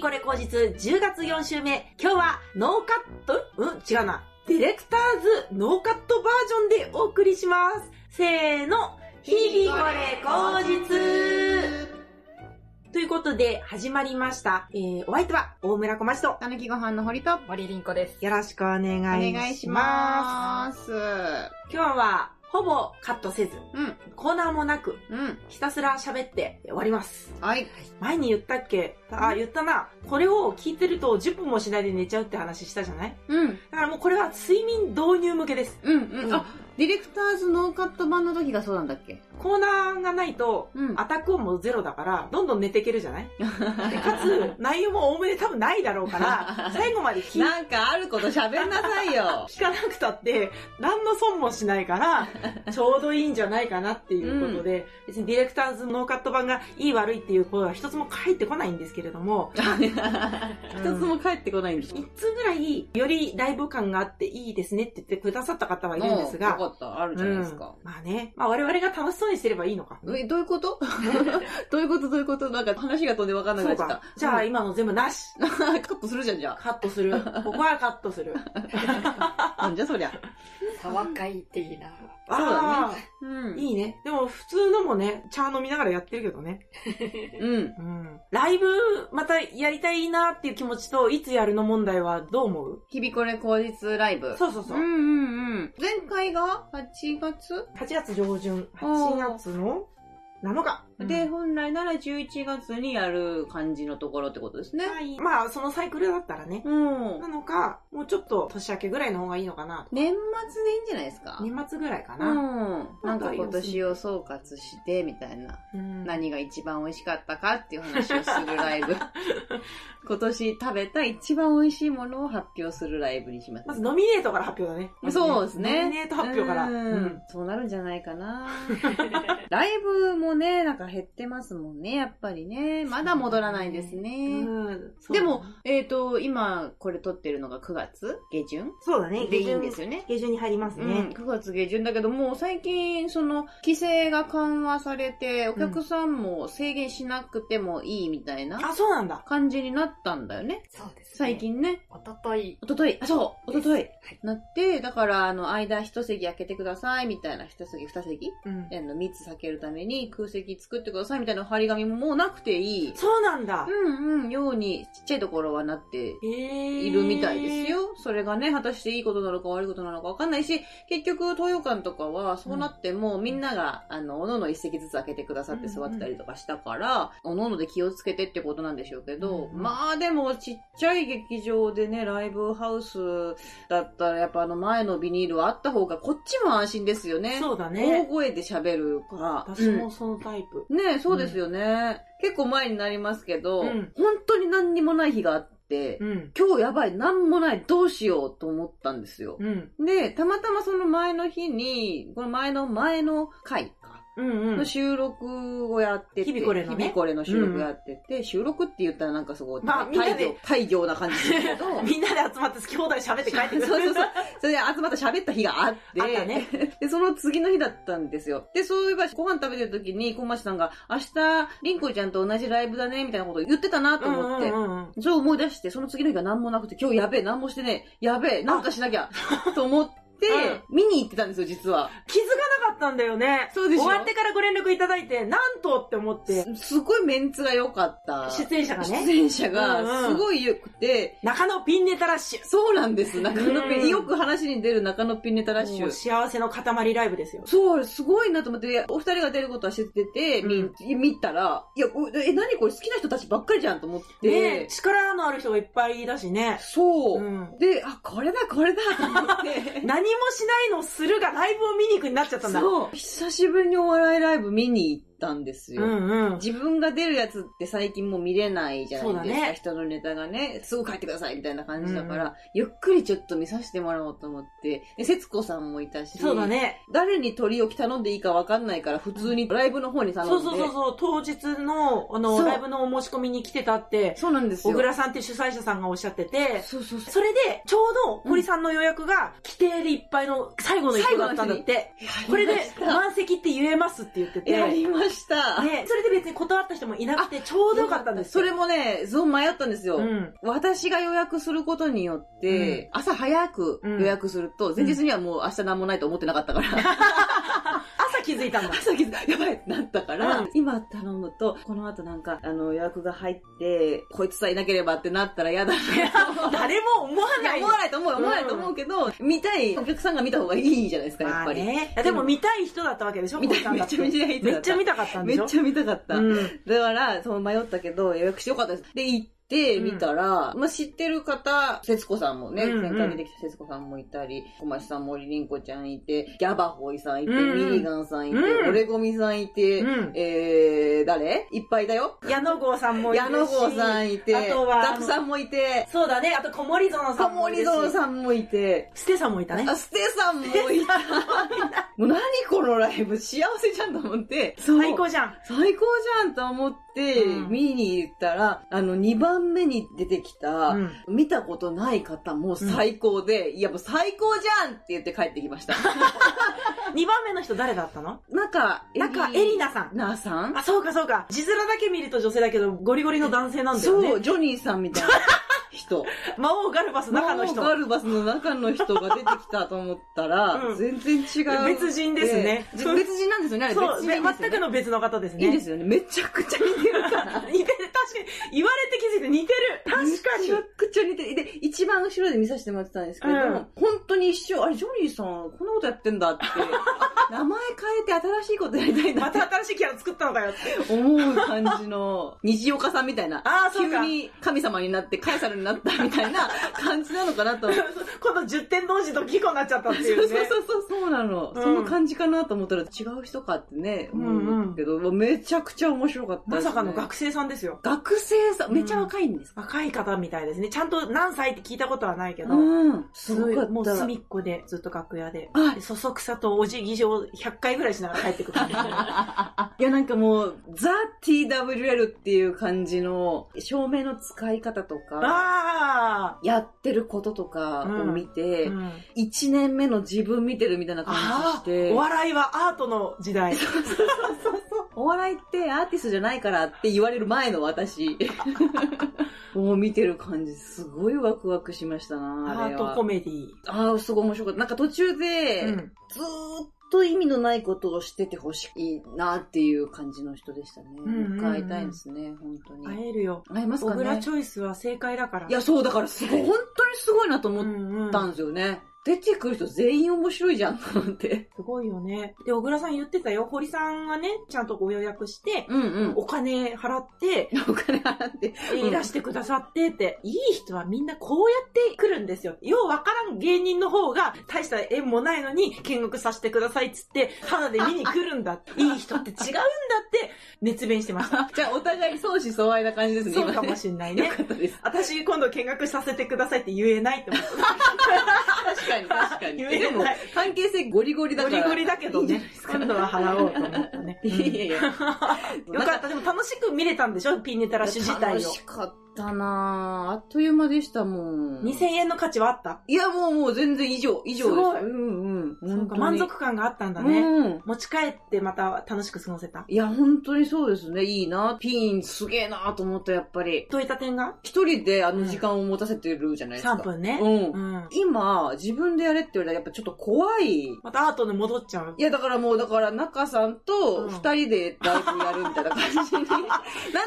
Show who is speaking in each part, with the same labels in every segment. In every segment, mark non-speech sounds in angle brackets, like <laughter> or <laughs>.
Speaker 1: これ後日10月4週目。今日はノーカットうん違うな。ディレクターズノーカットバージョンでお送りします。せーの。日々これ後日ということで始まりました。えー、お相手は大村小町と
Speaker 2: たぬきご飯の堀と、お
Speaker 3: 森凛子です。
Speaker 1: よろしくお願いします。
Speaker 2: 願いします。
Speaker 1: 今日はほぼカットせず、
Speaker 2: うん、
Speaker 1: コーナーもなく、
Speaker 2: うん。
Speaker 1: ひたすら喋って終わります。
Speaker 2: はい。
Speaker 1: 前に言ったっけあ、言ったな。これを聞いてると10分もしないで寝ちゃうって話したじゃない
Speaker 2: うん、
Speaker 1: だからもうこれは睡眠導入向けです。
Speaker 2: うん、
Speaker 1: う
Speaker 2: うんん。あ、ディレクターズノーカット版の時がそうなんだっけ
Speaker 1: コーナーがないと、
Speaker 2: うん
Speaker 1: アタック音もゼロだから、どんどん寝ていけるじゃないでかつ、内容も多めで多分ないだろう
Speaker 2: <laughs>
Speaker 1: から、最後まで聞い
Speaker 2: んかあること喋んなさいよ
Speaker 1: 聞かなくたって、何の損もしないから、ちょうどいいんじゃないかなっていうことで、別にディレクターズノーカット版がいい悪いっていう声は一つも返ってこないんですけれども、
Speaker 2: <laughs> 一つも帰ってこないんです。
Speaker 1: 一通ぐらい、よりライブ感があっていいですねって言ってくださった方はいるんです
Speaker 2: よか
Speaker 1: が、
Speaker 2: った、あるじゃないですか
Speaker 1: うん。まあね、まあ我々が楽しそうにしてればいいのか。
Speaker 2: え、どういうこと <laughs> どういうことどういうことなんか話が飛んでわかんなく
Speaker 1: そ
Speaker 2: な
Speaker 1: う
Speaker 2: っちゃっ
Speaker 1: か
Speaker 2: た。。
Speaker 1: じゃあ今の全部なし。
Speaker 2: うん、 <laughs> カットするじゃん、じゃ
Speaker 1: カットする。ここはカット <laughs> する。
Speaker 2: あ。なんじゃそり <laughs> ゃ。
Speaker 3: 騒がいていいな。
Speaker 1: あ
Speaker 2: う
Speaker 1: あ、
Speaker 2: ん。
Speaker 1: いいね。でも普通のもね、茶飲みながらやってるけどね。
Speaker 2: うん。
Speaker 1: うん。ライブ、またやりたいなっていう気持ちと、いつやるの問題はどう思う
Speaker 2: 日々これ後日ライブ。
Speaker 1: そうそうそうう。
Speaker 2: んうんうん。前回が8月、
Speaker 1: 8月上旬、8月の7日。
Speaker 2: で、、本来なら11月にやる感じのところってことですね。
Speaker 1: はいまあ、そのサイクルだったらね。
Speaker 2: うん
Speaker 1: な。のか、もうちょっと年明けぐらいの方がいいのかな。
Speaker 2: 年末でいいんじゃないですか
Speaker 1: 年末ぐらいか
Speaker 2: う
Speaker 1: な。
Speaker 2: ん。なんか今年を総括して、みたいな。
Speaker 1: うん
Speaker 2: 何が一番美味しかったかっていう話をする
Speaker 1: <laughs>
Speaker 2: ライブ。今年食べた一番美味しいものを発表するライブにします。
Speaker 1: まずノミネートから発表だね。
Speaker 2: そうですね。
Speaker 1: ノミネート発表から。
Speaker 2: う
Speaker 1: うん
Speaker 2: ん。そうなるんじゃないか
Speaker 1: <laughs>
Speaker 2: な。ライブもね、なんか減ってますもんね、やっぱりね。まだ戻らないですね。
Speaker 1: うんそう
Speaker 2: でも、えっ、と、今、これ撮ってるのが9月下旬
Speaker 1: そうだね。
Speaker 2: でいいんですよね。
Speaker 1: 下旬に入ります
Speaker 2: う
Speaker 1: ね。
Speaker 2: ん、9月下旬だけど、もう最近、その、規制が緩和されて、お客さんも制限しなくてもいいみたいな
Speaker 1: あ、そうなんだ。
Speaker 2: 感じになったんだよね。
Speaker 3: そうです、ね。
Speaker 2: 最。近ね。
Speaker 3: おととい。
Speaker 2: おととい、あ、そう、おととい
Speaker 3: で。す。はい。
Speaker 2: なって、だから、あの、間一席空けてください、みたいな、一席、二席、
Speaker 1: うん
Speaker 2: あの、三つ避けるために空席作ってください、みたいな張り紙ももうなくていい。
Speaker 1: そうなんだ。
Speaker 2: うんうん、ように、ちっちゃいところはなって
Speaker 1: えー
Speaker 2: いるみたいです。よ。それがね、果たしていいことなのか悪いことなのかわかんないし、結局、東洋館とかは、そうなっても、みんなが、あの、おのの一席ずつ開けてくださって座ってたりとかしたから、おのので気をつけてってことなんでしょうけど、
Speaker 1: うん
Speaker 2: まあでも、ちっちゃい劇場でね、ライブハウスだったら、やっぱあの、前のビニールはあった方が、こっちも安心ですよね。
Speaker 1: そうだ
Speaker 2: 大
Speaker 1: ね。
Speaker 2: 声で喋るから。
Speaker 1: 私もそのタイプ。
Speaker 2: ねえ、そうですよね。結構前になりますけど、
Speaker 1: うん
Speaker 2: 本当に何にもない日があって、
Speaker 1: うん。
Speaker 2: 今日やばい、何もない、どうしようと思ったんですよ。
Speaker 1: うん。
Speaker 2: で、たまたまその前の日に、この前の前の回か、
Speaker 1: うんう
Speaker 2: の
Speaker 1: ん。
Speaker 2: 収録をやってて、
Speaker 1: 日々これのね
Speaker 2: 日々これの収録やってて、収録って言ったらなんかすごい、
Speaker 1: まあみんな
Speaker 2: 大
Speaker 1: で
Speaker 2: 業、大業な感じで
Speaker 1: <laughs>
Speaker 2: すけど、
Speaker 1: みんなで集まって好き放題喋って帰って
Speaker 2: そう
Speaker 1: くる。
Speaker 2: そうそう。それで集まった喋った日があって、
Speaker 1: あったね。
Speaker 2: で、その次の日だったんですよ。で、そういえばご飯食べてる時に、小町さんが、明日、りんこちゃんと同じライブだね、みたいなことを言ってたなと思って、
Speaker 1: うんうんうんうん
Speaker 2: そう思い出して、その次の日が何もなくて、今日やべえ、何もしてねえ、やべえ、なんかしなきゃ、と思って、
Speaker 1: <laughs>
Speaker 2: 見に行ってたんですよ、実は。
Speaker 1: 気づかなかったんだよね。
Speaker 2: そうで
Speaker 1: 終
Speaker 2: しょ
Speaker 1: わってからご連絡いただいて、なんとって思って、
Speaker 2: すすごいメンツが良かった。
Speaker 1: 出演者が
Speaker 2: 出
Speaker 1: ね、
Speaker 2: 演者
Speaker 1: うん
Speaker 2: が
Speaker 1: うん
Speaker 2: すごい良くて、
Speaker 1: 中野ピンネタラッシュ。
Speaker 2: そうなんです、中野ピン、
Speaker 1: うん
Speaker 2: よく話に出る中野ピンネタラッシ
Speaker 1: もう
Speaker 2: ュ。
Speaker 1: 幸せの塊ライブですよ。
Speaker 2: そう、あれすごいなと思って、お二人が出ることは知ってて、み
Speaker 1: うん
Speaker 2: 見たら、いや、うえ、何これ好きな人たちばっかりじゃんと思っ
Speaker 1: ね
Speaker 2: て、
Speaker 1: 力のある人がいっぱいだしね。
Speaker 2: そう、
Speaker 1: うん
Speaker 2: で、あ、これだ、これだ、と
Speaker 1: <laughs>
Speaker 2: 思って。
Speaker 1: 何もしないのをするがライブを見に行くになっちゃったんだ。
Speaker 2: そう。久しぶりにお笑いライブ見に行ったんですよ。
Speaker 1: うんうん。
Speaker 2: 自分が出るやつって最近もう見れないじゃない
Speaker 1: そ
Speaker 2: です
Speaker 1: う
Speaker 2: か、
Speaker 1: だね
Speaker 2: 人のネタがね、すぐ帰ってくださいみたいな感じだから、
Speaker 1: う
Speaker 2: ゆっくりちょっと見させてもらおうと思って、で、節子さんもいたし、
Speaker 1: そうだね。
Speaker 2: 誰に鳥置き頼んでいいかわかんないから、普通にライブの方に頼ん
Speaker 1: そ
Speaker 2: で。
Speaker 1: うそうそうそう、当日の、あの、
Speaker 2: そう
Speaker 1: ライブのお申し込みに来てたって、
Speaker 2: そうなんです
Speaker 1: 小
Speaker 2: よ。
Speaker 1: 倉さんって主催者さんがおっしゃってて、
Speaker 2: そうそうそう。
Speaker 1: それで、ちょうど、堀さんの予約が、規定でいっぱいの最後の一個だったんだって。これで、満席って言えますって言って
Speaker 2: や
Speaker 1: て、
Speaker 2: りました。
Speaker 1: ね、それで別に断った人もいなくてちょうどよかったんです
Speaker 2: そ
Speaker 1: よ。
Speaker 2: れもね、そう迷ったんですよ。
Speaker 1: うん。
Speaker 2: 私が予約することによって、朝早く予約すると、前日にはもう明日何もないと思ってな
Speaker 1: <laughs>
Speaker 2: かったから、
Speaker 1: 朝気づいたんだ。
Speaker 2: <laughs> 朝気づやばいってなったから、
Speaker 1: う
Speaker 2: 今頼むと、この後なんか、あの、予約が入って、こいつさえいなければってなったら嫌だな。
Speaker 1: 誰も思わ
Speaker 2: <laughs> い
Speaker 1: な
Speaker 2: や
Speaker 1: い。
Speaker 2: 思わないと思う、思わないと思うけど、見たい、お客さんが見た方がいいじゃないですか、やっぱり。
Speaker 1: まあねいやでも見たい人だったわけでしょ、
Speaker 2: 見た
Speaker 1: こうさん
Speaker 2: い、め
Speaker 1: だ
Speaker 2: っ
Speaker 1: って
Speaker 2: ちゃ見たい。
Speaker 1: めっちゃ見たかったんでしょ
Speaker 2: めっちゃ見たかった。
Speaker 1: うん
Speaker 2: だから、その迷ったけど、予約してよかったです。で、行ってみたら、まあ、知ってる方、節子さんもね、
Speaker 1: うんうん
Speaker 2: 前回出てきた節子さんもいたり、小町さん、森凛子ちゃんいて、ギャバホイさんいて、
Speaker 1: うんうん
Speaker 2: ミリガンさんいて、
Speaker 1: うん
Speaker 2: オレゴミさんいて、
Speaker 1: うん
Speaker 2: えー、誰いっぱいいたよ。
Speaker 1: 矢野郷さんもいるし。
Speaker 2: 矢野郷さんいて、
Speaker 1: あとは
Speaker 2: ザクさんもいて、
Speaker 1: そうだね。あと、小森園さ
Speaker 2: 小
Speaker 1: んもい
Speaker 2: 森
Speaker 1: るし。
Speaker 2: 園さんもいて、
Speaker 1: ステさんもいたね。
Speaker 2: あ、ステさんもいた。 <laughs> もう何このライブ幸せじゃんと思って。
Speaker 1: 最高じゃん。
Speaker 2: 最高じゃんと思って
Speaker 1: うん
Speaker 2: 見に行ったら、あの2番目に出てきた、
Speaker 1: うん
Speaker 2: 見たことない方も最高で、いやもう最高じゃんって言って帰ってき
Speaker 1: <laughs>
Speaker 2: ました。
Speaker 1: 2番目の人誰だったの
Speaker 2: なんか、
Speaker 1: なんか、エリナさん。
Speaker 2: ナさん
Speaker 1: あ、そうかそうか。字面だけ見ると女性だけど、ゴリゴリの男性なんだよね。
Speaker 2: そう、ジョニーさんみたい
Speaker 1: <laughs>
Speaker 2: な人。
Speaker 1: 魔王ガルバス中の人
Speaker 2: マ。オガルバスの中の人が出てきたと思ったら、
Speaker 1: うん
Speaker 2: 全然違う。
Speaker 1: 別人ですね
Speaker 2: で別人なんですよね、あれ。
Speaker 1: そう、べ
Speaker 2: 別人ですよ
Speaker 1: 全く
Speaker 2: ね。
Speaker 1: の別の方ですね。
Speaker 2: いいですよね。めちゃくちゃ似てるから。
Speaker 1: 似てる。確かに。言われて気づいて似てる。確か
Speaker 2: め
Speaker 1: に
Speaker 2: ちゃ。くちゃ似てる。で、一番後ろで見させてもらってたんですけれど、
Speaker 1: うん
Speaker 2: 本当に一瞬、あれ、ジョニーさん、こんなことやってんだって、あ名前変えて新しいことやりたいな
Speaker 1: ま
Speaker 2: って
Speaker 1: た新しいキャラ作ったのかよって。
Speaker 2: 思う感じの、西岡さんみたいな、
Speaker 1: あーそうか
Speaker 2: 急に神様になって、カエサルになったみたいな感じなのかなと。そう
Speaker 1: 今度10点同時ドキコになっちゃったってい
Speaker 2: そう
Speaker 1: う
Speaker 2: そう
Speaker 1: ね。
Speaker 2: そう、そうなの、
Speaker 1: うん
Speaker 2: その感じかなと思ったら違う人かってね、思うけど、めちゃくちゃ面白かった
Speaker 1: ま
Speaker 2: ですね、
Speaker 1: さかの学生さんですよ。
Speaker 2: 学生さん、めっちゃ若いんですか、
Speaker 1: 若い方みたいですね。ちゃんと何歳って聞いたことはないけど。
Speaker 2: うん、
Speaker 1: す
Speaker 2: す
Speaker 1: ご
Speaker 2: ご
Speaker 1: い
Speaker 2: かった。
Speaker 1: もう隅っこで、ずっと楽屋で。
Speaker 2: あ
Speaker 1: でそそくさとお辞儀を100回ぐらいしながら帰ってく
Speaker 2: <laughs>
Speaker 1: るんですよね。
Speaker 2: いや、なんかもう、ザ・ TWL っていう感じの、照明の使い方とか、
Speaker 1: あ
Speaker 2: やってることとかを見
Speaker 1: ー、
Speaker 2: て、
Speaker 1: うん
Speaker 2: 一1年目の自分見てるみたいな感じ
Speaker 1: あー
Speaker 2: して
Speaker 1: お、笑いはアートの時代。
Speaker 2: お笑いってアーティストじゃないからって言われる前
Speaker 1: <laughs>
Speaker 2: の私。もう見てる感じ、すごいワクワクしましたな、
Speaker 1: ア
Speaker 2: あれ
Speaker 1: ート
Speaker 2: は
Speaker 1: コ。メディ
Speaker 2: ああ、すごい面白かった。なんか途中で、
Speaker 1: ー。うん
Speaker 2: ずーっと意味のないことをしててほしいなっていう感じの人でしたね。
Speaker 1: んうんうん
Speaker 2: もう一回会いたいですね、本当に。
Speaker 1: 会えるよ。
Speaker 2: 会えます
Speaker 1: 小
Speaker 2: か
Speaker 1: 倉
Speaker 2: ね
Speaker 1: チョイスは正解だから。
Speaker 2: いや、そう、だからすごい、本当にすごいなと
Speaker 1: う
Speaker 2: 思っ
Speaker 1: んうん
Speaker 2: たんですよね。出てくる人全員面白いじゃん、なんて。
Speaker 1: すごいよね。で、小倉さん言ってたよ。堀さんがね、ちゃんとご予約して、
Speaker 2: うんうん。
Speaker 1: お金払って、
Speaker 2: お金払って。
Speaker 1: でいらしてくださってって、いい人はみんなこうやって来るんですよ。ようわからん芸人の方が大した縁もないのに見学させてくださいっつって、ただで見に来るんだ。いい人って違うんだって熱弁してました。
Speaker 2: じゃあ、お互い相思相愛な感じですね、
Speaker 1: そうか
Speaker 2: 今
Speaker 1: も
Speaker 2: ね
Speaker 1: しんない
Speaker 2: よ
Speaker 1: ね。
Speaker 2: かったです。
Speaker 1: 私今度見学させてくださいって言えないと思って。
Speaker 2: 確かに、確かに。
Speaker 1: <laughs> 言えない
Speaker 2: えでも、関係性ゴリゴリ <laughs> だ
Speaker 1: ゴ
Speaker 2: から。
Speaker 1: リゴリだけど
Speaker 2: いいんじゃ
Speaker 1: ね
Speaker 2: ないです。か
Speaker 1: 今度は払おうと思ったね。
Speaker 2: <laughs> いや
Speaker 1: <laughs>
Speaker 2: いやいや。よ
Speaker 1: うんよかった。でも楽しく見れたんでしょピンネタラッシュ自体
Speaker 2: 楽
Speaker 1: を。
Speaker 2: しかったなぁ。あっという間でしたもん。
Speaker 1: 2000円の価値はあった。
Speaker 2: いや、もうもう全然以上、以上です。
Speaker 1: すごい
Speaker 2: うんうん。
Speaker 1: そうか、満足感があったんだ
Speaker 2: だ
Speaker 1: ね。
Speaker 2: うん。
Speaker 1: 持ち帰ってまた楽しく過ごせた。
Speaker 2: いや、本当にそうですね。いいな。ピンすげえなと思った、やっぱり。
Speaker 1: どういった点が
Speaker 2: 一人であの時間を持たせてるじゃないですか。
Speaker 1: 3分ね。
Speaker 2: うん。
Speaker 1: うん。
Speaker 2: 今、自分でやれって言われたらやっぱちょっと怖い。い
Speaker 1: またアートに戻っちゃう。
Speaker 2: や、だからもう、だから、中さん
Speaker 1: う
Speaker 2: と
Speaker 1: ん
Speaker 2: 二人でライブやるみたいな感
Speaker 1: <laughs>
Speaker 2: じになっ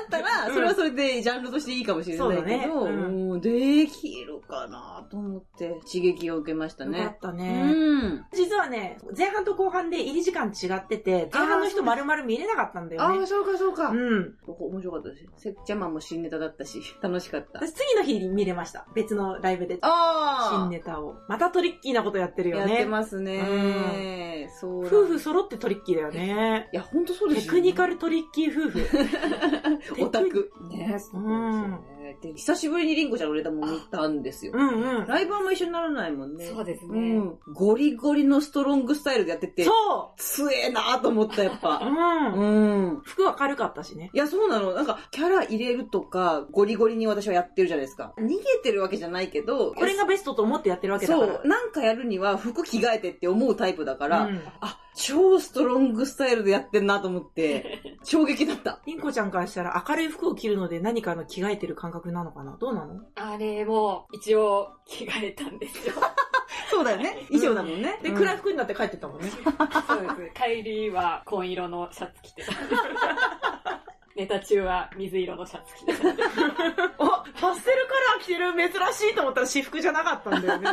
Speaker 2: たら、それはそれでジャンルとしていいかもしれないけ
Speaker 1: そうだ
Speaker 2: ど、
Speaker 1: ねうん
Speaker 2: うんできるかなと思って、刺激を受けました
Speaker 1: よか
Speaker 2: ね
Speaker 1: っ。た
Speaker 2: う
Speaker 1: ね。
Speaker 2: ん。
Speaker 1: 実はね、前半と後半で入り時間違ってて、前半の人丸々見れなかったんだ
Speaker 2: あ
Speaker 1: よ
Speaker 2: あ、
Speaker 1: ね。
Speaker 2: そうかそうか。
Speaker 1: うん。
Speaker 2: 面白かったです。せっちゃまも新ネタだったし、 <laughs> 楽しかった。
Speaker 1: 私次の日に見れました。別のライブで。
Speaker 2: あ
Speaker 1: 新ネタを。またトリッキーなことやってるよ
Speaker 2: やって
Speaker 1: ね。
Speaker 2: ますね。そうだ。
Speaker 1: 夫婦揃ってトリッキーだよね。
Speaker 2: いや、ほんとそうで
Speaker 1: テ
Speaker 2: す
Speaker 1: クニカルトリッキー夫婦。
Speaker 2: <laughs> オタク。ね、そうう
Speaker 1: な
Speaker 2: なん
Speaker 1: で
Speaker 2: んですよね。で、久しぶりにリンゴちゃんのネタも見たんですよ
Speaker 1: う。んうん。
Speaker 2: ライバーも一緒にならないもんね。
Speaker 3: そうです
Speaker 2: う
Speaker 3: ね。
Speaker 2: ん。ゴリゴリのストロングスタイルでやってて、
Speaker 1: そ
Speaker 2: 強えなと思った、やっ
Speaker 1: うう
Speaker 2: ぱ。
Speaker 1: ん。
Speaker 2: うん。
Speaker 1: 服は軽かったしね。
Speaker 2: いや、そうなの。なんか、キャラ入れるとか、ゴリゴリに私はやってるじゃないですか。逃げてるわけじゃないけど、
Speaker 1: これがベストと思ってやってるわけだ
Speaker 2: そ
Speaker 1: から
Speaker 2: う。。なんかやるには服着替えてって思うタイプだから、
Speaker 1: うん
Speaker 2: <laughs> あ、超ストロングスタイルでやってんなと思って、衝撃だった。
Speaker 1: リンコちゃんからしたら明るい服を着るので何かの着替えてる感覚なのかなどうなの
Speaker 3: あれも、一応、着替えたんですよ。
Speaker 2: そうだよね。衣装だもんね。
Speaker 1: で、
Speaker 2: うん
Speaker 1: 暗い服になって帰ってったもんね。
Speaker 3: そうです。帰りは、紺色のシャツ着てた。ネタ中は、水色のシャツ着てた。
Speaker 1: <laughs> おパステルカラー着てる珍しいと思ったら私服じゃなかったんだよね。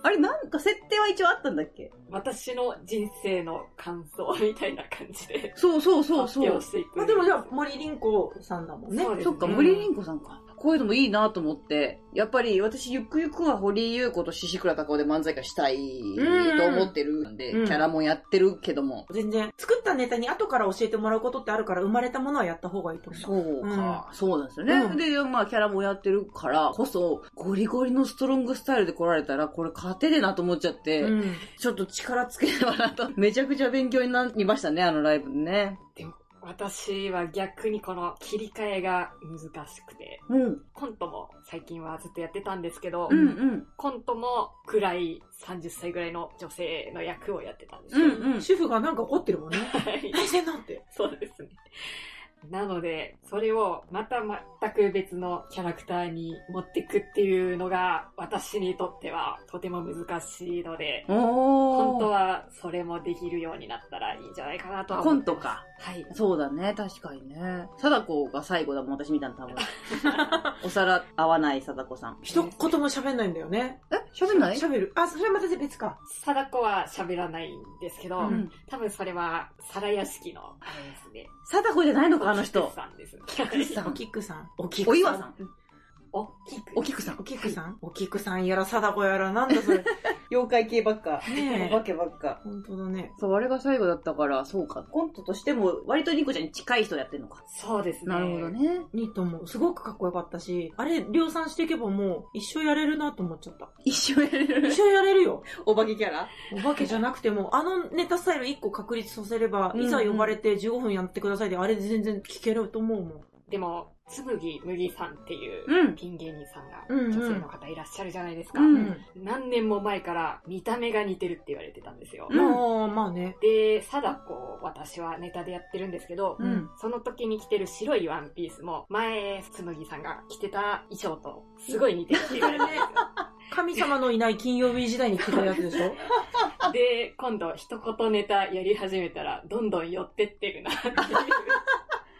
Speaker 2: あれ、なんか設定は一応あったんだっけ
Speaker 3: 私の人生の感想みたいな感じで、
Speaker 2: そうそうそう
Speaker 3: 発
Speaker 2: そ
Speaker 3: 表
Speaker 2: う。
Speaker 3: していく。
Speaker 1: まあでもじゃあ森凛子さんだもんね。
Speaker 3: そうです
Speaker 2: そっか、
Speaker 3: うん
Speaker 2: 森凛子さんか。こういうのもいいなと思って、やっぱり私ゆくゆくは堀井優子と宍倉孝夫で漫才がしたい
Speaker 1: うん
Speaker 2: と思ってるんで、
Speaker 1: うん
Speaker 2: キャラもやってるけども。
Speaker 1: 全然、作ったネタに後から教えてもらうことってあるから、生まれたものはやった方がいいと思う。
Speaker 2: そうか、そうなんですよね。
Speaker 1: うん
Speaker 2: で、まあキャラもやってるからこそ、ゴリゴリのストロングスタイルで来られたら、これ勝てねえなと思っちゃって、
Speaker 1: うん。
Speaker 2: ちょっと力つければなと、 <laughs> めちゃくちゃ勉強になりましたね、あのライブね。
Speaker 3: 私は逆にこの切り替えが難しくて、
Speaker 2: うん。
Speaker 3: コントも最近はずっとやってたんですけど、
Speaker 2: うんうん。
Speaker 3: コントも暗い30歳ぐらいの女性の役をやってたんです
Speaker 2: う
Speaker 3: よ。
Speaker 2: んうん。
Speaker 1: 主婦がなんか怒ってるもんね。
Speaker 3: はい
Speaker 1: 何してんのって。
Speaker 3: そうですね。なので、それをまた全く別のキャラクターに持ってくっていうのが私にとってはとても難しいので、
Speaker 2: お
Speaker 3: 本
Speaker 2: ー。
Speaker 3: 当はそれもできるようになったらいいんじゃないかなとは
Speaker 2: コ
Speaker 3: 思っ
Speaker 2: ン
Speaker 3: て
Speaker 2: ト
Speaker 3: ます。
Speaker 2: か。
Speaker 3: はい。
Speaker 2: そうだね、確かにね。貞子が最後だもん、私見たの <laughs> 多分。お皿合わない貞子さん。
Speaker 1: 一言も喋んないんだよね。
Speaker 2: え喋んない
Speaker 1: 喋る。あ、それはまた別か。
Speaker 3: 貞子は喋らないんですけど、
Speaker 2: うん。
Speaker 3: 多分それは皿屋敷のあれですね。
Speaker 2: 貞子じゃないのか、あの
Speaker 3: お
Speaker 2: 人
Speaker 3: 菊。さんですね。
Speaker 2: さん
Speaker 1: おきくさん。おき
Speaker 2: お岩さん。
Speaker 3: お菊
Speaker 2: お菊さん
Speaker 1: お。きくさんおきくさんやら、貞子やら、なんだそれ。
Speaker 2: 妖怪系ばっか。
Speaker 1: ね
Speaker 2: お化
Speaker 1: え。
Speaker 2: けばっか。
Speaker 1: 本当だね。
Speaker 2: そう、あれが最後だったから、そうか。コントとしても、割とニコちゃんに近い人やってんのか。
Speaker 3: そうですね。
Speaker 2: なるほど。ね。
Speaker 1: ニットもすごくかっこよかったし、あれ量産していけばもう一生やれるなと思っちゃった。
Speaker 2: 一緒やれる <laughs>
Speaker 1: 一。生やれる <laughs> よ。
Speaker 2: お化けキャラ
Speaker 1: お化けじゃなくても、あのネタスタイル1個確立させれば
Speaker 2: う、んうん
Speaker 1: いざ呼ばれて15分やってくださいで、あれ全然聞けると思うもん。
Speaker 3: でも、つむぎむぎさんっていう
Speaker 2: うん。
Speaker 3: ピン芸人さんが、
Speaker 1: うんうん
Speaker 3: 女性の方いらっしゃるじゃないですか。
Speaker 2: うん
Speaker 3: 何年も前から見た目が似てるって言われてたんですよ。
Speaker 2: うん
Speaker 1: まあ、まあね。
Speaker 3: で、貞子を私はネタでやってるんですけど、
Speaker 2: うん。
Speaker 3: その時に着てる白いワンピースも、前、つむぎさんが着てた衣装とすごい似てるって言われてたんで
Speaker 2: <laughs>
Speaker 3: すよ。
Speaker 1: 神様のいない金曜日時代に聞いたやつでしょ
Speaker 3: で、今度一言ネタやり始めたら、どんどん寄ってってるなっていう。
Speaker 1: <laughs>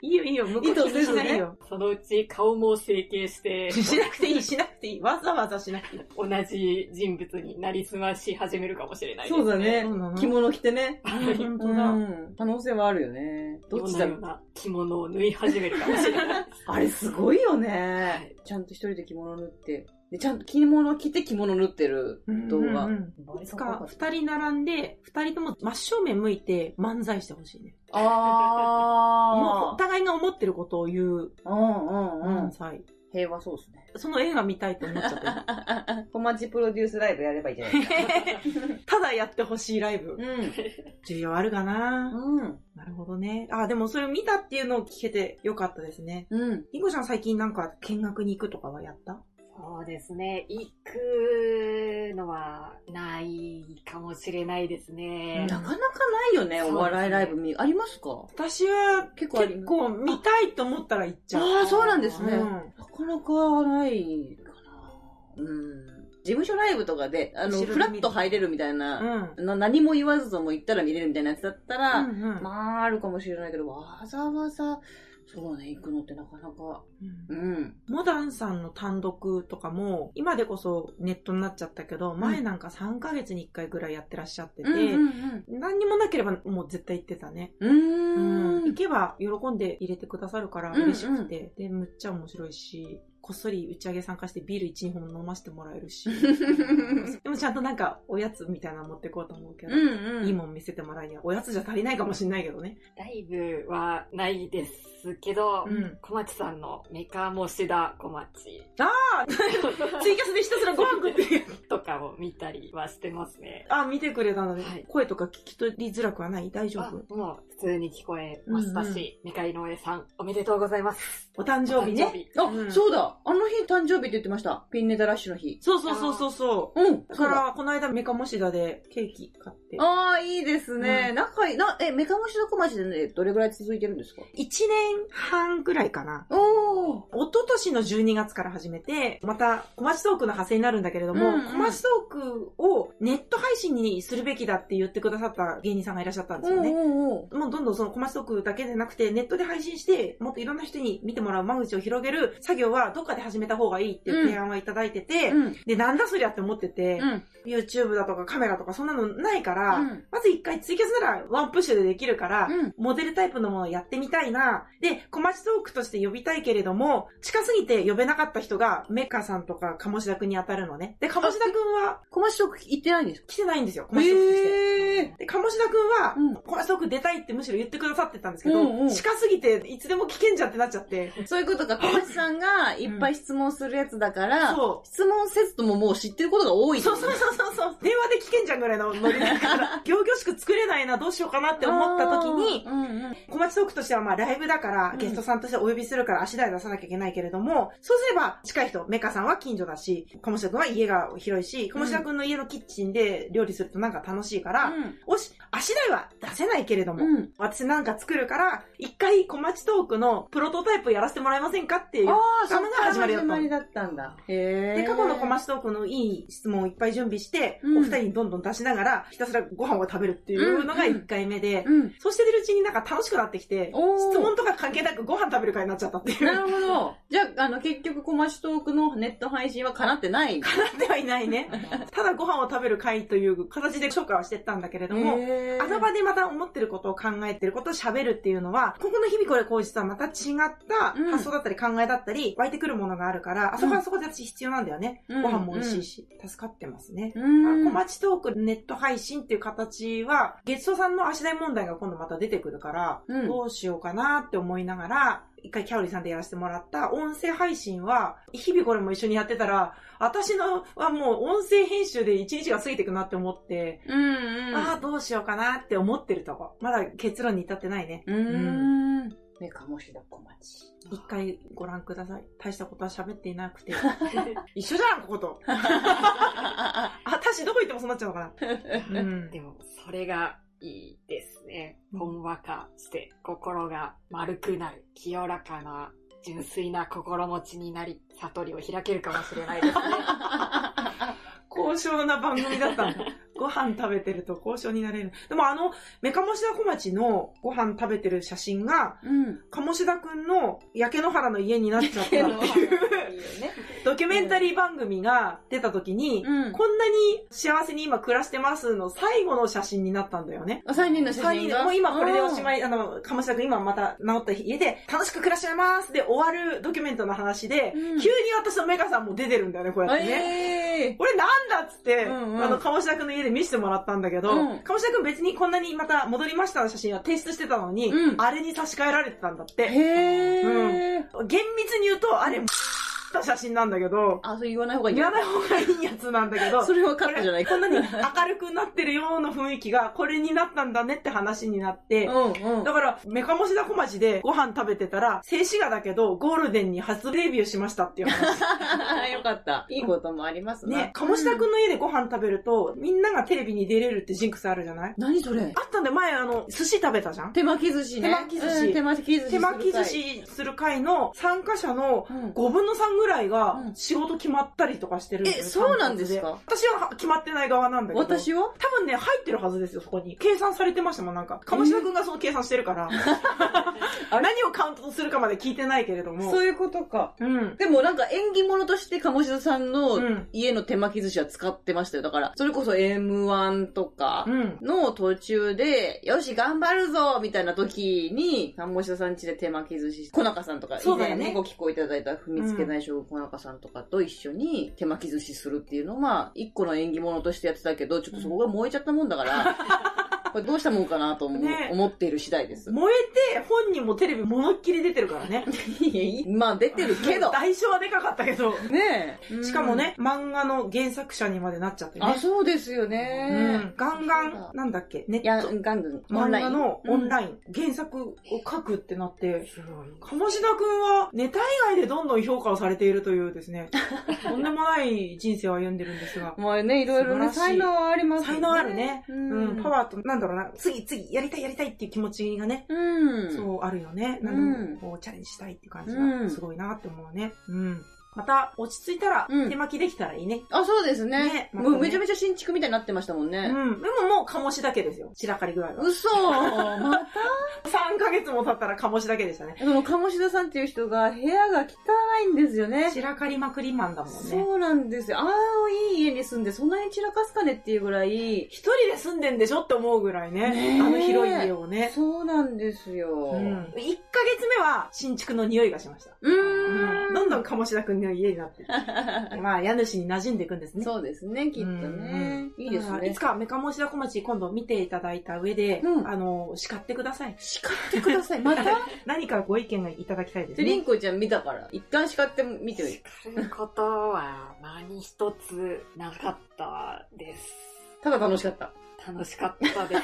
Speaker 1: いいよいいよ、向こう気にしないよ。
Speaker 3: そのうち顔も整形して、
Speaker 1: しなくていい、しなくていい。わざわざしなくていい。
Speaker 3: 同じ人物になりすまし始めるかもしれないです
Speaker 2: そうだ
Speaker 3: <laughs>
Speaker 2: ね
Speaker 1: そうなの。
Speaker 2: 着物着てね。
Speaker 3: はい
Speaker 1: 本当だ。
Speaker 2: うん。可能性はあるよね。どっちだろ
Speaker 3: よ
Speaker 2: う
Speaker 3: う。な着物を縫い始めるかもしれ
Speaker 1: <laughs>
Speaker 3: ない。
Speaker 2: あれすごいよね。
Speaker 3: はい
Speaker 2: ちゃんと一人で着物縫って。で、ちゃんと着物着て着物縫ってる動画。
Speaker 1: うんうんうんいつか二人並んで、二人とも真正面向いて漫才してほしいね。もうお
Speaker 2: あー。
Speaker 1: 互いが思ってることを言う
Speaker 2: うんうんうん
Speaker 1: 漫。才。
Speaker 2: 平和そうですね。
Speaker 1: その映画見たいと思っちゃった今。
Speaker 2: 小町プロデュースライブやればいいじゃ <laughs> ないですか。
Speaker 1: <laughs> ただやってほしいライブ。需要あるかな、
Speaker 2: うん。うん。
Speaker 1: なるほどね。あ、でもそれ見たっていうのを聞けてよかったですね。
Speaker 2: うん。
Speaker 1: りんこちゃん最近なんか見学に行くとかはやった
Speaker 3: そうですね。行くのはないかもしれないですね。
Speaker 2: なかなかないよね、
Speaker 3: そうです
Speaker 2: お
Speaker 3: ね
Speaker 2: 笑いライブ見、ありますか
Speaker 1: 私は
Speaker 2: 結構あり
Speaker 1: 結構見たいと思ったら行っちゃう。
Speaker 2: ああ、そうなんですね。
Speaker 1: う
Speaker 2: なかなかないかな。うん。事務所ライブとかで、あの、
Speaker 1: 後ろで
Speaker 2: フラッと入れるみたいな、
Speaker 1: ん。うん。
Speaker 2: な何も言わずとも行ったら見れるみたいなやつだったら、
Speaker 1: うんうん
Speaker 2: まああるかもしれないけど、わざわざ、そうね、行くのってなかなか、
Speaker 1: うん
Speaker 2: うん。
Speaker 1: モダンさんの単独とかも、今でこそネットになっちゃったけど、前なんか3ヶ月に1回ぐらいやってらっしゃってて、
Speaker 2: うん
Speaker 1: 何にもなければもう絶対行ってたね。
Speaker 2: うんうん。うー
Speaker 1: 行
Speaker 2: ん。
Speaker 1: けば喜んで入れてくださるから嬉しくて、で、むっちゃ面白いし、こっそり打ち上げ参加してビール1、2本飲ませてもらえるし、でもちゃんとなんかおやつみたいなの持ってこうと思うけど、
Speaker 2: うんうん。
Speaker 1: いいもん見せてもらいや、おやつじゃ足りないかもしんないけどね。
Speaker 3: ライブはないですけど、
Speaker 1: うん
Speaker 3: 小町さんのメカモシダ小町
Speaker 1: ツイキャスでひたすらご飯食ってる。
Speaker 3: <laughs> とかを見たりはしてますね。
Speaker 1: あ、見てくれたので、
Speaker 3: はい
Speaker 1: 声とか聞き取りづらくはない大丈
Speaker 3: あ
Speaker 1: 夫
Speaker 3: もう普通に聞こえましたし、メカ井上さんおめでとうございます。
Speaker 1: お誕生日ね。
Speaker 3: 日
Speaker 2: あ、
Speaker 1: うん
Speaker 2: そうだあの日誕生日って言ってました。ピンネタラッシュの日。
Speaker 1: そうそうそうそうそう。
Speaker 2: うん。
Speaker 1: だ
Speaker 2: そ
Speaker 1: か
Speaker 2: うだ。
Speaker 1: ら、この間メカモシダでケーキ買って。
Speaker 2: ああ、いいですね。
Speaker 1: う
Speaker 2: 仲いい。な、え、メカモシの小町でね、どれぐらい続いてるんですか
Speaker 1: 1年半ぐらいかな。
Speaker 2: おお。
Speaker 1: 一昨年の12月から始めて、また、小町トークの派生になるんだけれども、
Speaker 2: うんうん
Speaker 1: 小町トークをネット配信にするべきだって言ってくださった芸人さんがいらっしゃったんですよね。
Speaker 2: おお。
Speaker 1: もうどんどんその小町トークだけでなくて、ネットで配信して、もっといろんな人に見てもらう間口を広げる作業はどっかで始めた方がいいっていう提案はいただいてて、
Speaker 2: うん。
Speaker 1: で、なんだそりゃって思ってて、
Speaker 2: うん。
Speaker 1: YouTube だとかカメラとかそんなのないか
Speaker 2: う
Speaker 1: ら、
Speaker 2: ん。
Speaker 1: まず一回ツイキャスならワンプッシュでできるから、
Speaker 2: うん。
Speaker 1: モデルタイプのものをやってみたいな。で、小町トークとして呼びたいけれども、近すぎて呼べなかった人が、メカさんとか鴨志田くんに当たるのね。で、鴨志田くんは
Speaker 2: 小町トーク行ってないんですか
Speaker 1: 来てないんですよ、
Speaker 2: へ
Speaker 1: 鴨志田くん来て。
Speaker 2: え。
Speaker 1: で、鴨志田くんは、
Speaker 2: うん
Speaker 1: 小町トーク出たいってむしろ言ってくださってたんですけど、
Speaker 2: うんうん
Speaker 1: 近すぎていつでも聞けんじゃんってなっちゃって。
Speaker 2: そういうことか、小町さんがいっぱい質問するやつだから、
Speaker 1: そ
Speaker 2: 質問せずとももう知ってることが多
Speaker 1: う。
Speaker 2: い
Speaker 1: そうそうそうそうそう。電話で聞けんじゃんぐらいのノリだ
Speaker 2: <laughs>
Speaker 1: から、行々しく作れないな、どうしようかなって思った時に、
Speaker 2: あーうんうん
Speaker 1: 小町トークとしてはまあライブだから、ゲストさんとしてお呼びするから足台出さなきゃいけないけれども、そうすれば近い人、メカさんは近所だし、鴨志田くんは家が広いし、鴨志田くんの家のキッチンで料理するとなんか楽しいから、おし、足台は出せないけれども、
Speaker 2: うん。うん。
Speaker 1: 私なんか作るから、一回小町トークのプロトタイプやらせてもらえませんかっていう。
Speaker 2: ああ、
Speaker 1: そ
Speaker 2: そ
Speaker 1: の
Speaker 2: の
Speaker 1: が始まりだった
Speaker 2: 始まりだったんだ。へ
Speaker 1: で、
Speaker 2: え。
Speaker 1: 過去の小町トークのいい質問をいっぱい準備して、
Speaker 2: うん
Speaker 1: お二人にどんどん出しながら、ひたすらご飯を食べるっていうのが一回目で、
Speaker 2: うん。
Speaker 1: そうしてるうちになんか楽しくなってきて、
Speaker 2: おー
Speaker 1: 質問とか関係なくご飯食べる会になっちゃったっていう。
Speaker 2: なるほど。じゃあ、あの、結局、小町トークのネット配信は叶ってない。
Speaker 1: 叶ってはいない
Speaker 2: <laughs>
Speaker 1: ね。ただご飯を食べる会という形で紹介はしてったんだけれども、
Speaker 2: へー
Speaker 1: あの場でまた思ってることを考えてることを喋るっていうのは、ここの日々これこう実はまた違った
Speaker 2: うん
Speaker 1: 発想だったり考えだったり湧いてくるものがあるから、あそこはそこで私必要なんだよね。
Speaker 2: うん
Speaker 1: ご飯も美味しいし、助かってますね。
Speaker 2: うん。
Speaker 1: 小町トークネット配信っていう形は、月トさんの足台問題が今度また出てくるから、
Speaker 2: うん
Speaker 1: どうしようかなって思いながら、一回キャオリさんでやらせてもらった音声配信は、日々これも一緒にやってたら、私のはもう音声編集で一日が過ぎてくなって思って、
Speaker 2: うんうん。
Speaker 1: ああ、どうしようかなって思ってるとこ。まだ結論に至ってないね。
Speaker 2: うーん。ね、かもしだ小町。
Speaker 1: 一回ご覧ください。大したことは喋っていな
Speaker 2: <laughs>
Speaker 1: くて。一緒じゃん、ここと。私どこ行ってもそうなっちゃうのかな。うん
Speaker 3: でも、それがいいですね。ほんわかして、心が丸くなる、清らかな、純粋な心持ちになり、悟りを開けるかもしれないですね。
Speaker 2: <laughs>
Speaker 1: 高尚な番組だったんだ。ご飯食べてると高尚になれる。でもあの、メカモシダ小町のご飯食べてる写真が、
Speaker 2: うん。
Speaker 1: 鴨志田くんの焼け野原の家になっちゃったって
Speaker 2: <laughs> け <laughs> ど、
Speaker 1: いう
Speaker 2: ね。
Speaker 1: ドキュメンタリー番組が出た時に、
Speaker 2: うん。
Speaker 1: こんなに幸せに今暮らしてますの最後の写真になったんだよね。
Speaker 2: 三人の
Speaker 1: 3
Speaker 2: 写真
Speaker 1: 人
Speaker 2: が。
Speaker 1: もう今これでおしま
Speaker 2: い。
Speaker 1: い、あの、鴨志田くん今また治った家で楽しく暮らしてますで終わるドキュメントの話で、
Speaker 2: うん
Speaker 1: 急に私とメカさんも出てるんだよね、こうやってね。
Speaker 2: ええ。
Speaker 1: 俺なんだっつって、
Speaker 2: うんうん
Speaker 1: あの、鴨志田くんの家で見せてもらったんだけど、
Speaker 2: うん
Speaker 1: 鴨志田くん別にこんなにまた戻りましたの写真は提出してたのに、
Speaker 2: うん
Speaker 1: あれに差し替えられてたんだって。
Speaker 2: へえ。
Speaker 1: 厳密に言うと、あれ、た写真なんだけど、
Speaker 2: あ、それ言わない方がいい。
Speaker 1: 言わない方がいいやつなんだけど、
Speaker 2: それはカットじゃない
Speaker 1: これこん
Speaker 2: <laughs>
Speaker 1: なに明るくなってるような雰囲気が、これになったんだねって話になって、
Speaker 2: うんうん。
Speaker 1: だから、メカモシダ小町でご飯食べてたら、静止画だけど、ゴールデンに初レビューしましたっていう話。
Speaker 2: よかった。いいこともあります
Speaker 1: ね、鴨志田くんの家でご飯食べると、みんながテレビに出れるってジンクスあるじゃない
Speaker 2: 何それ
Speaker 1: あったんで、前あの、寿司食べたじゃん
Speaker 2: 手巻き寿司ね。
Speaker 1: 手巻き寿司
Speaker 2: うん手巻き寿司。
Speaker 1: 手巻き寿。司する会の参加者の
Speaker 2: うん。
Speaker 1: 5分の3ぐらいが
Speaker 2: うん
Speaker 1: 仕事決まったりとかしてるんだよ
Speaker 2: えそうなんですか
Speaker 1: 私は決まってない側なんだけど。
Speaker 2: 私は
Speaker 1: 多分ね、入ってるはずですよ、そこに。計算されてましたもん、なんか。鴨志田くんがその計算してる
Speaker 2: <laughs>
Speaker 1: から。何をカウントとするかまで聞いてないけれども。
Speaker 2: そういうことか。
Speaker 1: うん。
Speaker 2: でもなんか縁起物として鴨志田さん
Speaker 1: う
Speaker 2: の
Speaker 1: ん。
Speaker 2: 家の手巻き寿司は使ってましたよ。だから、それこそ M1 とか
Speaker 1: うん。
Speaker 2: の途中で、よし、頑張るぞみたいな時に、鴨志田さん家で手巻き寿司、小中さんとか、
Speaker 1: そうだよね
Speaker 2: ご寄稿いただいた踏みつけない将軍小中さんとかと一緒に手巻
Speaker 1: <laughs>
Speaker 2: き寿司するっていうのは、一個の縁起物としてやってたけど、ちょっとそこが燃えちゃったもんだから、ここれどうしたもんかなと思う
Speaker 1: ね
Speaker 2: 思っている次第
Speaker 1: <laughs>
Speaker 2: です。
Speaker 1: 燃えて、本人もテレビものっきり出てるからね。
Speaker 2: いやいいまあ出てるけど。
Speaker 1: 代償はでかかったけど。
Speaker 2: ねえ
Speaker 1: しかも。ね、漫画の原作者にまでなっちゃって
Speaker 2: あ、
Speaker 1: ね。
Speaker 2: そうですよ
Speaker 1: う
Speaker 2: ね。
Speaker 1: ん。ガンガ
Speaker 2: そうだ
Speaker 1: ン、なんだっけ、ネ
Speaker 2: いや、
Speaker 1: ット。
Speaker 2: ガングン。オ
Speaker 1: 漫
Speaker 2: ンライ
Speaker 1: 画
Speaker 2: ン。
Speaker 1: のオンラ
Speaker 2: イン。
Speaker 1: イン、原作を書くってなって、
Speaker 3: すごい。
Speaker 1: 鴨志田くんはネタ以外でどんどん評価をされているというです
Speaker 2: <laughs>
Speaker 1: ね、とんでもない人生を歩んでるんですが、
Speaker 2: まあね、いろいろね、
Speaker 1: 素晴らし
Speaker 2: 才
Speaker 1: い
Speaker 2: 能はありますよ
Speaker 1: 才能ある。ね。
Speaker 2: う
Speaker 1: うん、パ
Speaker 2: ー。
Speaker 1: ワーと、なんだろうな、次次、やりたいやりたいっていう気持ちがね、
Speaker 2: うん。
Speaker 1: そうあるよね。
Speaker 2: うん
Speaker 1: なんでもこうチャレンジしたいっていう感じ
Speaker 2: う
Speaker 1: が
Speaker 2: ん
Speaker 1: すごいなって思うね。うん。また落ち着いたら
Speaker 2: うん
Speaker 1: 手巻きできたらいいね。
Speaker 2: あ、そうです
Speaker 1: ね
Speaker 2: ね。もうめちゃめちゃ新築みたいになってましたもん
Speaker 1: うん。
Speaker 2: ね。
Speaker 1: でももう鴨志だけですよ。散らかり具合は。
Speaker 2: <laughs> 嘘ま
Speaker 1: 3ヶ月も経ったら鴨志だけでしたね。
Speaker 2: その鴨志田さんっていう人が部屋が汚いんですよね。
Speaker 1: 散らかりまくりマンだもんね。
Speaker 2: そうなんですよ。ああ、いい家に住んで、そんなに散らかすかねっていうぐらい。
Speaker 1: 一人で住んでんでしょって思うぐらいね。
Speaker 2: ねえ
Speaker 1: あの広い家をね。
Speaker 2: そうなんですよ。
Speaker 1: うん。1ヶ月目は新築の匂いがしました。
Speaker 2: う <laughs>
Speaker 1: うん。どんどん鴨志田くんの家になってって。まあ、家主に馴染んでいくんですね。
Speaker 2: そうですね、きっとね。いいです
Speaker 1: あーい
Speaker 2: ね
Speaker 1: つ。かメカモシダ小町今度見ていただいた上で、
Speaker 2: うん
Speaker 1: あの、叱ってください。
Speaker 2: 叱ってください。また
Speaker 1: 何かご意見がいただきたいです
Speaker 2: でリン
Speaker 1: ね。
Speaker 2: コちゃん見たから、一旦叱ってみてよ。
Speaker 3: 叱ることは何一つなかったです。
Speaker 2: <laughs> ただ楽しかった。
Speaker 3: 楽しかったです。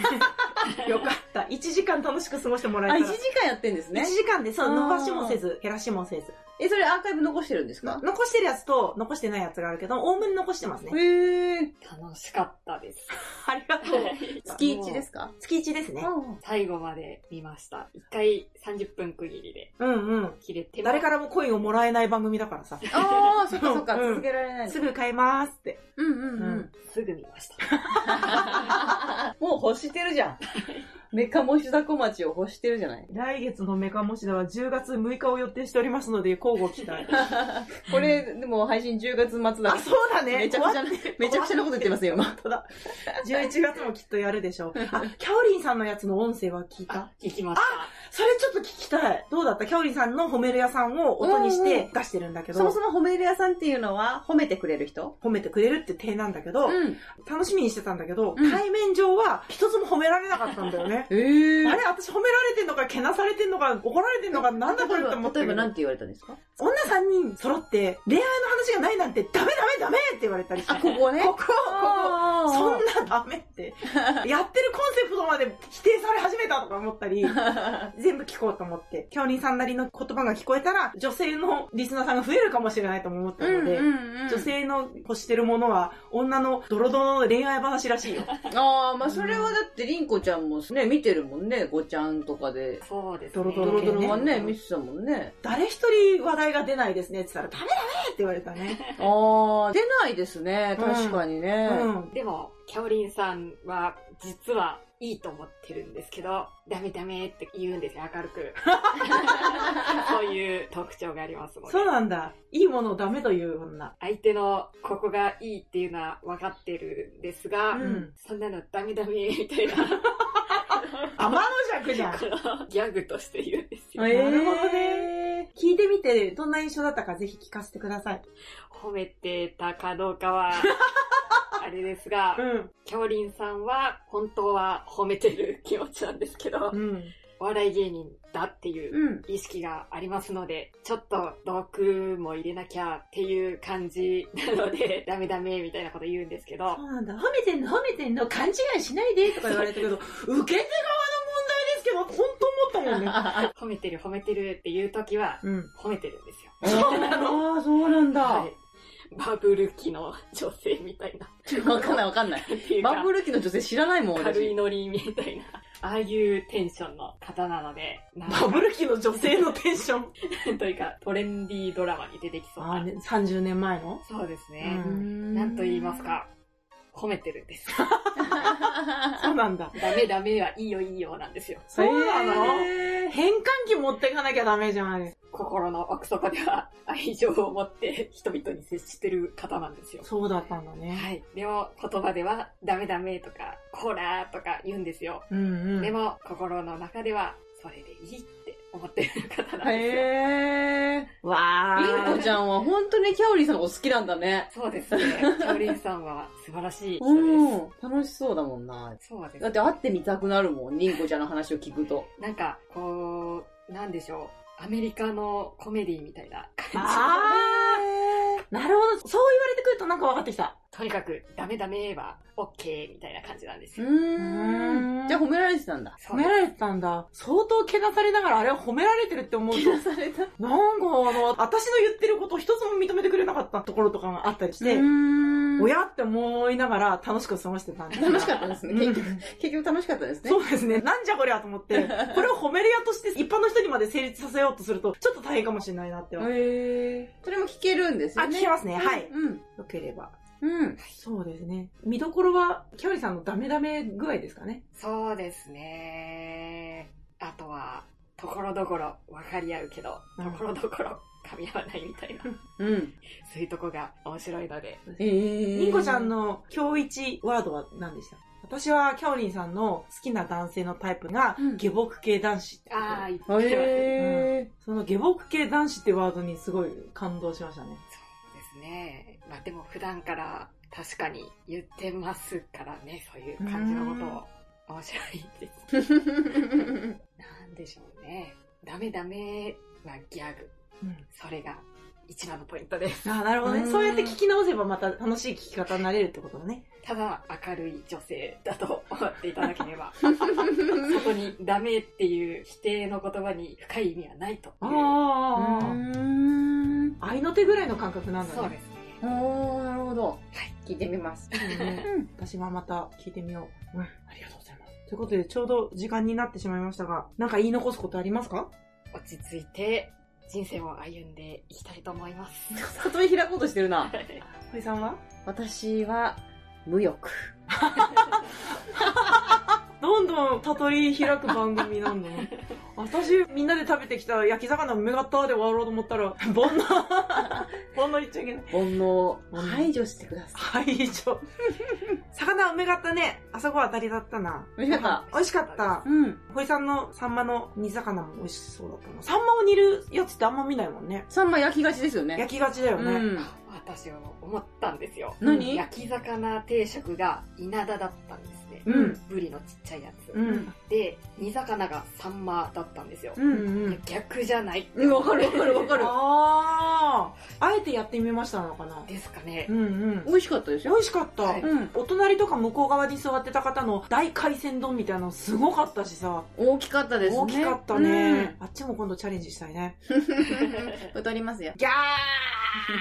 Speaker 1: よかった。1時間楽しく過ごしても
Speaker 2: あ、
Speaker 1: らえ
Speaker 2: 1
Speaker 1: たら。
Speaker 2: 時間やってんです
Speaker 1: 1
Speaker 2: ね。
Speaker 1: 時間で、そう、
Speaker 2: あー
Speaker 1: 伸ばしもせず、減らしもせず。
Speaker 2: え、それアーカイブ残してるんですか
Speaker 1: 残してるやつと、残してないやつがあるけど、おおむね残してますね。
Speaker 2: へえ。
Speaker 3: 楽しかったです。
Speaker 1: <laughs> ありがとう。
Speaker 2: 月1ですか
Speaker 1: <laughs> 月1ですね。
Speaker 2: うん
Speaker 3: 最後まで見ました。一回30分区切りで
Speaker 1: うんうん。
Speaker 3: 切れても
Speaker 1: 誰からもコインをもらえない番組だからさ。
Speaker 2: ああ、そっかそっか、
Speaker 1: うん
Speaker 2: 続けられない。
Speaker 1: すぐ買えますって。
Speaker 2: うんうん
Speaker 1: う
Speaker 2: うんん。
Speaker 3: すぐ見ました。
Speaker 2: もう欲してるじゃん。メカモシダ小町を欲してるじゃ <laughs> ない。
Speaker 1: 来月のメカモシダは10月6日を予定しておりますので、交互期
Speaker 2: <laughs>
Speaker 1: 待。
Speaker 2: これ、でも配信10月末だから
Speaker 1: あ、そうだね。
Speaker 2: めちゃくちゃな、めちゃくちゃなこと言ってますよ、今。
Speaker 1: 本当だ。11月もきっとやるでしょう。あ、キャオリンさんのやつの音声は聞いた
Speaker 3: あ、聞きました。
Speaker 1: それちょっと聞きたい。どうだったキャオリンさんの褒める屋さんを音にして出してるんだけど、
Speaker 2: <laughs> そもそも褒める屋さんっていうのは、褒めてくれる人
Speaker 1: 褒めてくれるって体なんだけど、
Speaker 2: ん。
Speaker 1: 楽しみにしてたんだけど、
Speaker 2: うん。
Speaker 1: 対面上は一つも褒められなかったんだよね
Speaker 2: ええ。
Speaker 1: あれ私褒められてんのか、けなされてんのか、怒られてんのか、なんだこれって思った
Speaker 2: 例え
Speaker 1: けど
Speaker 2: ば何て言われたんですか
Speaker 1: 女3人揃って恋愛の話がないなんてダメダメダメって言われたりして。
Speaker 2: あ、ここね。
Speaker 1: ここ、ここ。
Speaker 2: あー
Speaker 1: そんなダメって。やってるコンセプトまで否定され始めたとか思ったり、
Speaker 2: <laughs>
Speaker 1: 全部聞こうと思って、キャオリンさんなりの言葉が聞こえたら、女性のリスナーさんが増えるかもしれないとも思ったので、女
Speaker 2: 女
Speaker 1: 性の欲してるものは、女のドロドロの恋愛話らしいよ。
Speaker 2: ああまあそれはだってりんこちゃんもね見てるもんねごちゃんとかで
Speaker 3: そうです
Speaker 1: ド
Speaker 3: ね。
Speaker 1: ロ
Speaker 2: ドロドロはね
Speaker 1: ね
Speaker 2: 見てたもんね
Speaker 1: 誰一人話題が出ないですねって言ったら、ダメダメって言われたね。
Speaker 2: ああ出ないですね
Speaker 1: うん
Speaker 2: 確かに
Speaker 1: う
Speaker 2: ね、 <laughs>
Speaker 1: ん。
Speaker 3: でも、キャオリンさんは、実はいいと思ってるんですけど、ダメダメって言うんですよ、明る
Speaker 1: <laughs>
Speaker 3: く。そういう特徴がありますので。
Speaker 1: そうなんだ。いいものをダメという女。
Speaker 3: 相手のここがいいっていうのは分かってるんですが、
Speaker 1: うん
Speaker 3: そんなのダメダメみたいな、
Speaker 1: 天の弱じ
Speaker 3: <laughs>
Speaker 1: ゃん。
Speaker 3: このギャグとして言うんですよ。
Speaker 2: えー
Speaker 1: なるほどね。聞いてみて、どんな印象だったかぜひ聞かせてください。
Speaker 3: 褒めてたかどう
Speaker 1: <laughs>
Speaker 3: かは、あれですが、
Speaker 1: ん。
Speaker 3: キャオリンさんは本当は褒めてる気持ちなんですけど、
Speaker 1: うん。
Speaker 3: お笑い芸人だっていう
Speaker 2: うん
Speaker 3: 意識がありますので、ちょっと毒も入れなきゃっていう感じなので、 <laughs> ダメダメみたいなこと言うんですけど
Speaker 1: そ、うなんだ。褒めてんの褒めてんの勘違いしないでとか言われた <laughs> けど、受け手側の問題ですけど、本当思ったもんね。
Speaker 3: 褒めてる褒めてるっていう時は、
Speaker 1: <laughs> うん。
Speaker 3: 褒めてるんですよ。
Speaker 1: そうな
Speaker 2: ああそうなんだ、
Speaker 3: はい。バブル期の女性みたいな。
Speaker 2: わかんないわかんない
Speaker 3: っていうか
Speaker 2: バブル期の女性知らないもん
Speaker 3: 軽い
Speaker 2: 私
Speaker 3: ノリみたいな。ああいうテンションの方なので、なん
Speaker 1: バブル期の女性のテンション。
Speaker 3: というか、トレンディードラマに出てきそうな。
Speaker 1: ね、30年前の
Speaker 3: そうです
Speaker 1: う
Speaker 3: ね
Speaker 1: ん。
Speaker 3: なんと言いますか。褒めてるんです。
Speaker 1: そうなんだ。
Speaker 3: ダメダメはいいよいいよなんですよ。
Speaker 1: そうなの
Speaker 2: え
Speaker 1: 変換器持っていかなきゃダメじゃん、あれ。
Speaker 3: 心の奥底では愛情を持って人々に接してる方なんですよ。
Speaker 1: そうだったんだね。
Speaker 3: はい。でも言葉ではダメダメとか、コーラーとか言うんですよ。
Speaker 1: うんうん。
Speaker 3: でも心の中ではそれでいいって思ってる方なんですよ。
Speaker 2: へえ。
Speaker 1: わ
Speaker 2: りん
Speaker 1: ー
Speaker 2: こちゃんは本当にキャオリーさんがお好きなんだね。
Speaker 3: そうですね。チョリンさんは素晴らしい人
Speaker 2: う
Speaker 3: で
Speaker 2: ん。楽しそうだもんな。
Speaker 3: す。そうです
Speaker 2: だって会ってみたくなるもん、りんこちゃんの話を聞くと。
Speaker 3: なんか、こう、なんでしょう。アメリカのコメディみたいな感
Speaker 1: あーなるほど。そう言われてくるとなんか分かってきた。
Speaker 3: じ。とにかく、ダメダメは、オッケーみたいな感じなんです
Speaker 2: う
Speaker 3: よ。
Speaker 1: ーん
Speaker 2: ん。じゃあ褒められてたんだ。
Speaker 1: 褒
Speaker 3: そうで
Speaker 1: め
Speaker 3: す
Speaker 1: られてたんだ。相当けなされながらあれは褒められてるって思
Speaker 2: <laughs>
Speaker 1: うと、なんか
Speaker 2: された。
Speaker 1: あの、私の言ってることを一つも認めてくれなかったところとかがあったりして、おやって思いながら楽しく過ごしてたんですが
Speaker 2: 楽しかったですね。結局、結局楽しかったですね。
Speaker 1: そうですね。なんじゃこりゃと思 <laughs>
Speaker 2: <laughs>
Speaker 1: って、これを褒める屋として一般の人にまで成立させようとすると、ちょっと大変かもしれないなっては。
Speaker 2: へえ。それも聞けるんです
Speaker 1: あ、
Speaker 2: よね。
Speaker 1: 聞けますね。はい。
Speaker 2: うん。
Speaker 1: よければ。
Speaker 2: うん。
Speaker 1: そうですね。見どころは、キャオリさんのダメダメ具合ですかね。
Speaker 3: そうですね。あとは、ところどころ分かり合うけど、ところどころ噛み合わないみたいな、
Speaker 2: うん。
Speaker 3: そういうとこが面白いので。
Speaker 2: ええ。
Speaker 1: リンコちゃん。の今日一ワードは何でした私はキャオリンさんの好きな男性のタイプが
Speaker 2: うん
Speaker 1: 下僕系男子ってことで
Speaker 3: ああ、言ってますね。
Speaker 2: へえ。
Speaker 1: その下僕系男子ってワードにすごい感動しましたね。
Speaker 3: そうですね。まあでも普段から確かに言ってますからね、そういう感じのことを。面白いです。
Speaker 2: <laughs>
Speaker 3: なんでしょうね。ダメダメなギャグ。
Speaker 1: うん
Speaker 3: それが一番のポイントです。
Speaker 1: ああ、なるほど
Speaker 2: う
Speaker 1: ね。
Speaker 2: ん
Speaker 1: そうやって聞き直せばまた楽しい聞き方になれるってことだね。
Speaker 3: ただ明るい女性だと思っていただければ、そこにダメっていう否定の言葉に深い意味はないという。
Speaker 1: あ
Speaker 2: う
Speaker 1: あ、
Speaker 2: ん。
Speaker 1: 愛の手ぐらいの感覚なんだね。
Speaker 3: そうですね。
Speaker 2: おー、なるほど。聞いてみます。
Speaker 1: そうね私はまた聞いてみよう。うん、ありがとうございます。ということで、ちょうど時間になってしまいましたが、なんか言い残すことありますか
Speaker 3: 落ち着いて人生を歩んでいきたいと思います。
Speaker 2: 里見開こうとしてるな。
Speaker 1: 堀さんは
Speaker 2: 私は、無欲。
Speaker 1: どんどん悟り開く番組なん <laughs> だな。私、みんなで食べてきた焼き魚めがったで終わろうと思った <laughs> ら、煩悩。 <laughs> 煩悩言っちゃいけない。
Speaker 2: 煩悩を排除してくださ
Speaker 1: はい、以上。 <laughs> 魚うめがったね。あそこは当たりだったな。
Speaker 2: 美味しかった
Speaker 1: 美味しかった
Speaker 2: い。。うん。
Speaker 1: 堀さんのサンマの煮魚も美味しそうだったな。サンマを煮るやつってあんま見ないもんね。
Speaker 2: サンマ焼きがちですよね。
Speaker 1: 焼きがちだよね。
Speaker 2: うん。
Speaker 3: 私は思ったんですよ。
Speaker 2: 何
Speaker 3: 焼き魚定食が稲田だったんですね。
Speaker 1: うん。
Speaker 3: ブリのちっちゃいやつ。
Speaker 1: うん。
Speaker 3: で、煮魚がサンマだったんですよ。
Speaker 2: う。
Speaker 1: うんんうん。
Speaker 3: 逆じゃないって
Speaker 2: うん、わかるわかるわかる。
Speaker 1: ああ。あえてやってみましたのかな。
Speaker 3: ですかね
Speaker 1: う。んうん。
Speaker 2: 美味しかったです
Speaker 1: 美
Speaker 2: よ。
Speaker 1: 味しかった。
Speaker 3: はい
Speaker 2: うん。
Speaker 1: お隣とか向こう側に座ってた方の大海鮮丼みたいなのすごかったしさ、
Speaker 2: 大きかったですね。
Speaker 1: 大きかったね、あっちも今度チャレンジしたいね
Speaker 2: うん。太りますよ。
Speaker 1: ギャ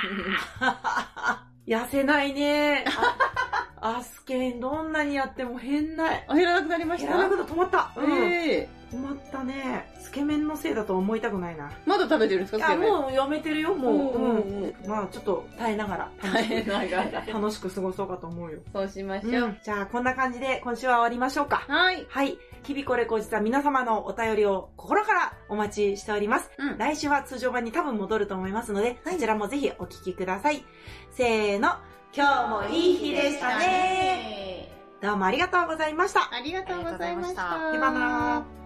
Speaker 1: ー <laughs> 痩せないねあアスケンどんなにやっても変ない
Speaker 2: あ、減らなくなりまし
Speaker 1: 減
Speaker 2: た
Speaker 1: らなくな止まった、うん
Speaker 2: ええ
Speaker 1: 止まったねつけ麺のせいだと思いたくないな
Speaker 2: まだ食べてるんです
Speaker 1: い
Speaker 2: か
Speaker 1: やもうやめてるよもう、うん
Speaker 2: うん。
Speaker 1: まあちょっと耐えながら
Speaker 2: 大変ながら。
Speaker 1: 楽しく過ごそうかと思うよ、
Speaker 2: そうしまし
Speaker 1: う。
Speaker 2: ょうん
Speaker 1: じゃあこんな感じで今週は終わりましょうか
Speaker 2: はい。
Speaker 1: はい。日々これこじさ皆様のお便りを心からお待ちしております。
Speaker 2: うん。
Speaker 1: 来週は通常版に多分戻ると思いますので、
Speaker 2: はい
Speaker 1: そちらもぜひお聞きください。せーの。今日もいい日でしたね。。どうもありがとうございました。
Speaker 2: ありがとうございました。
Speaker 3: あ
Speaker 1: りがとうございました
Speaker 2: バイバイ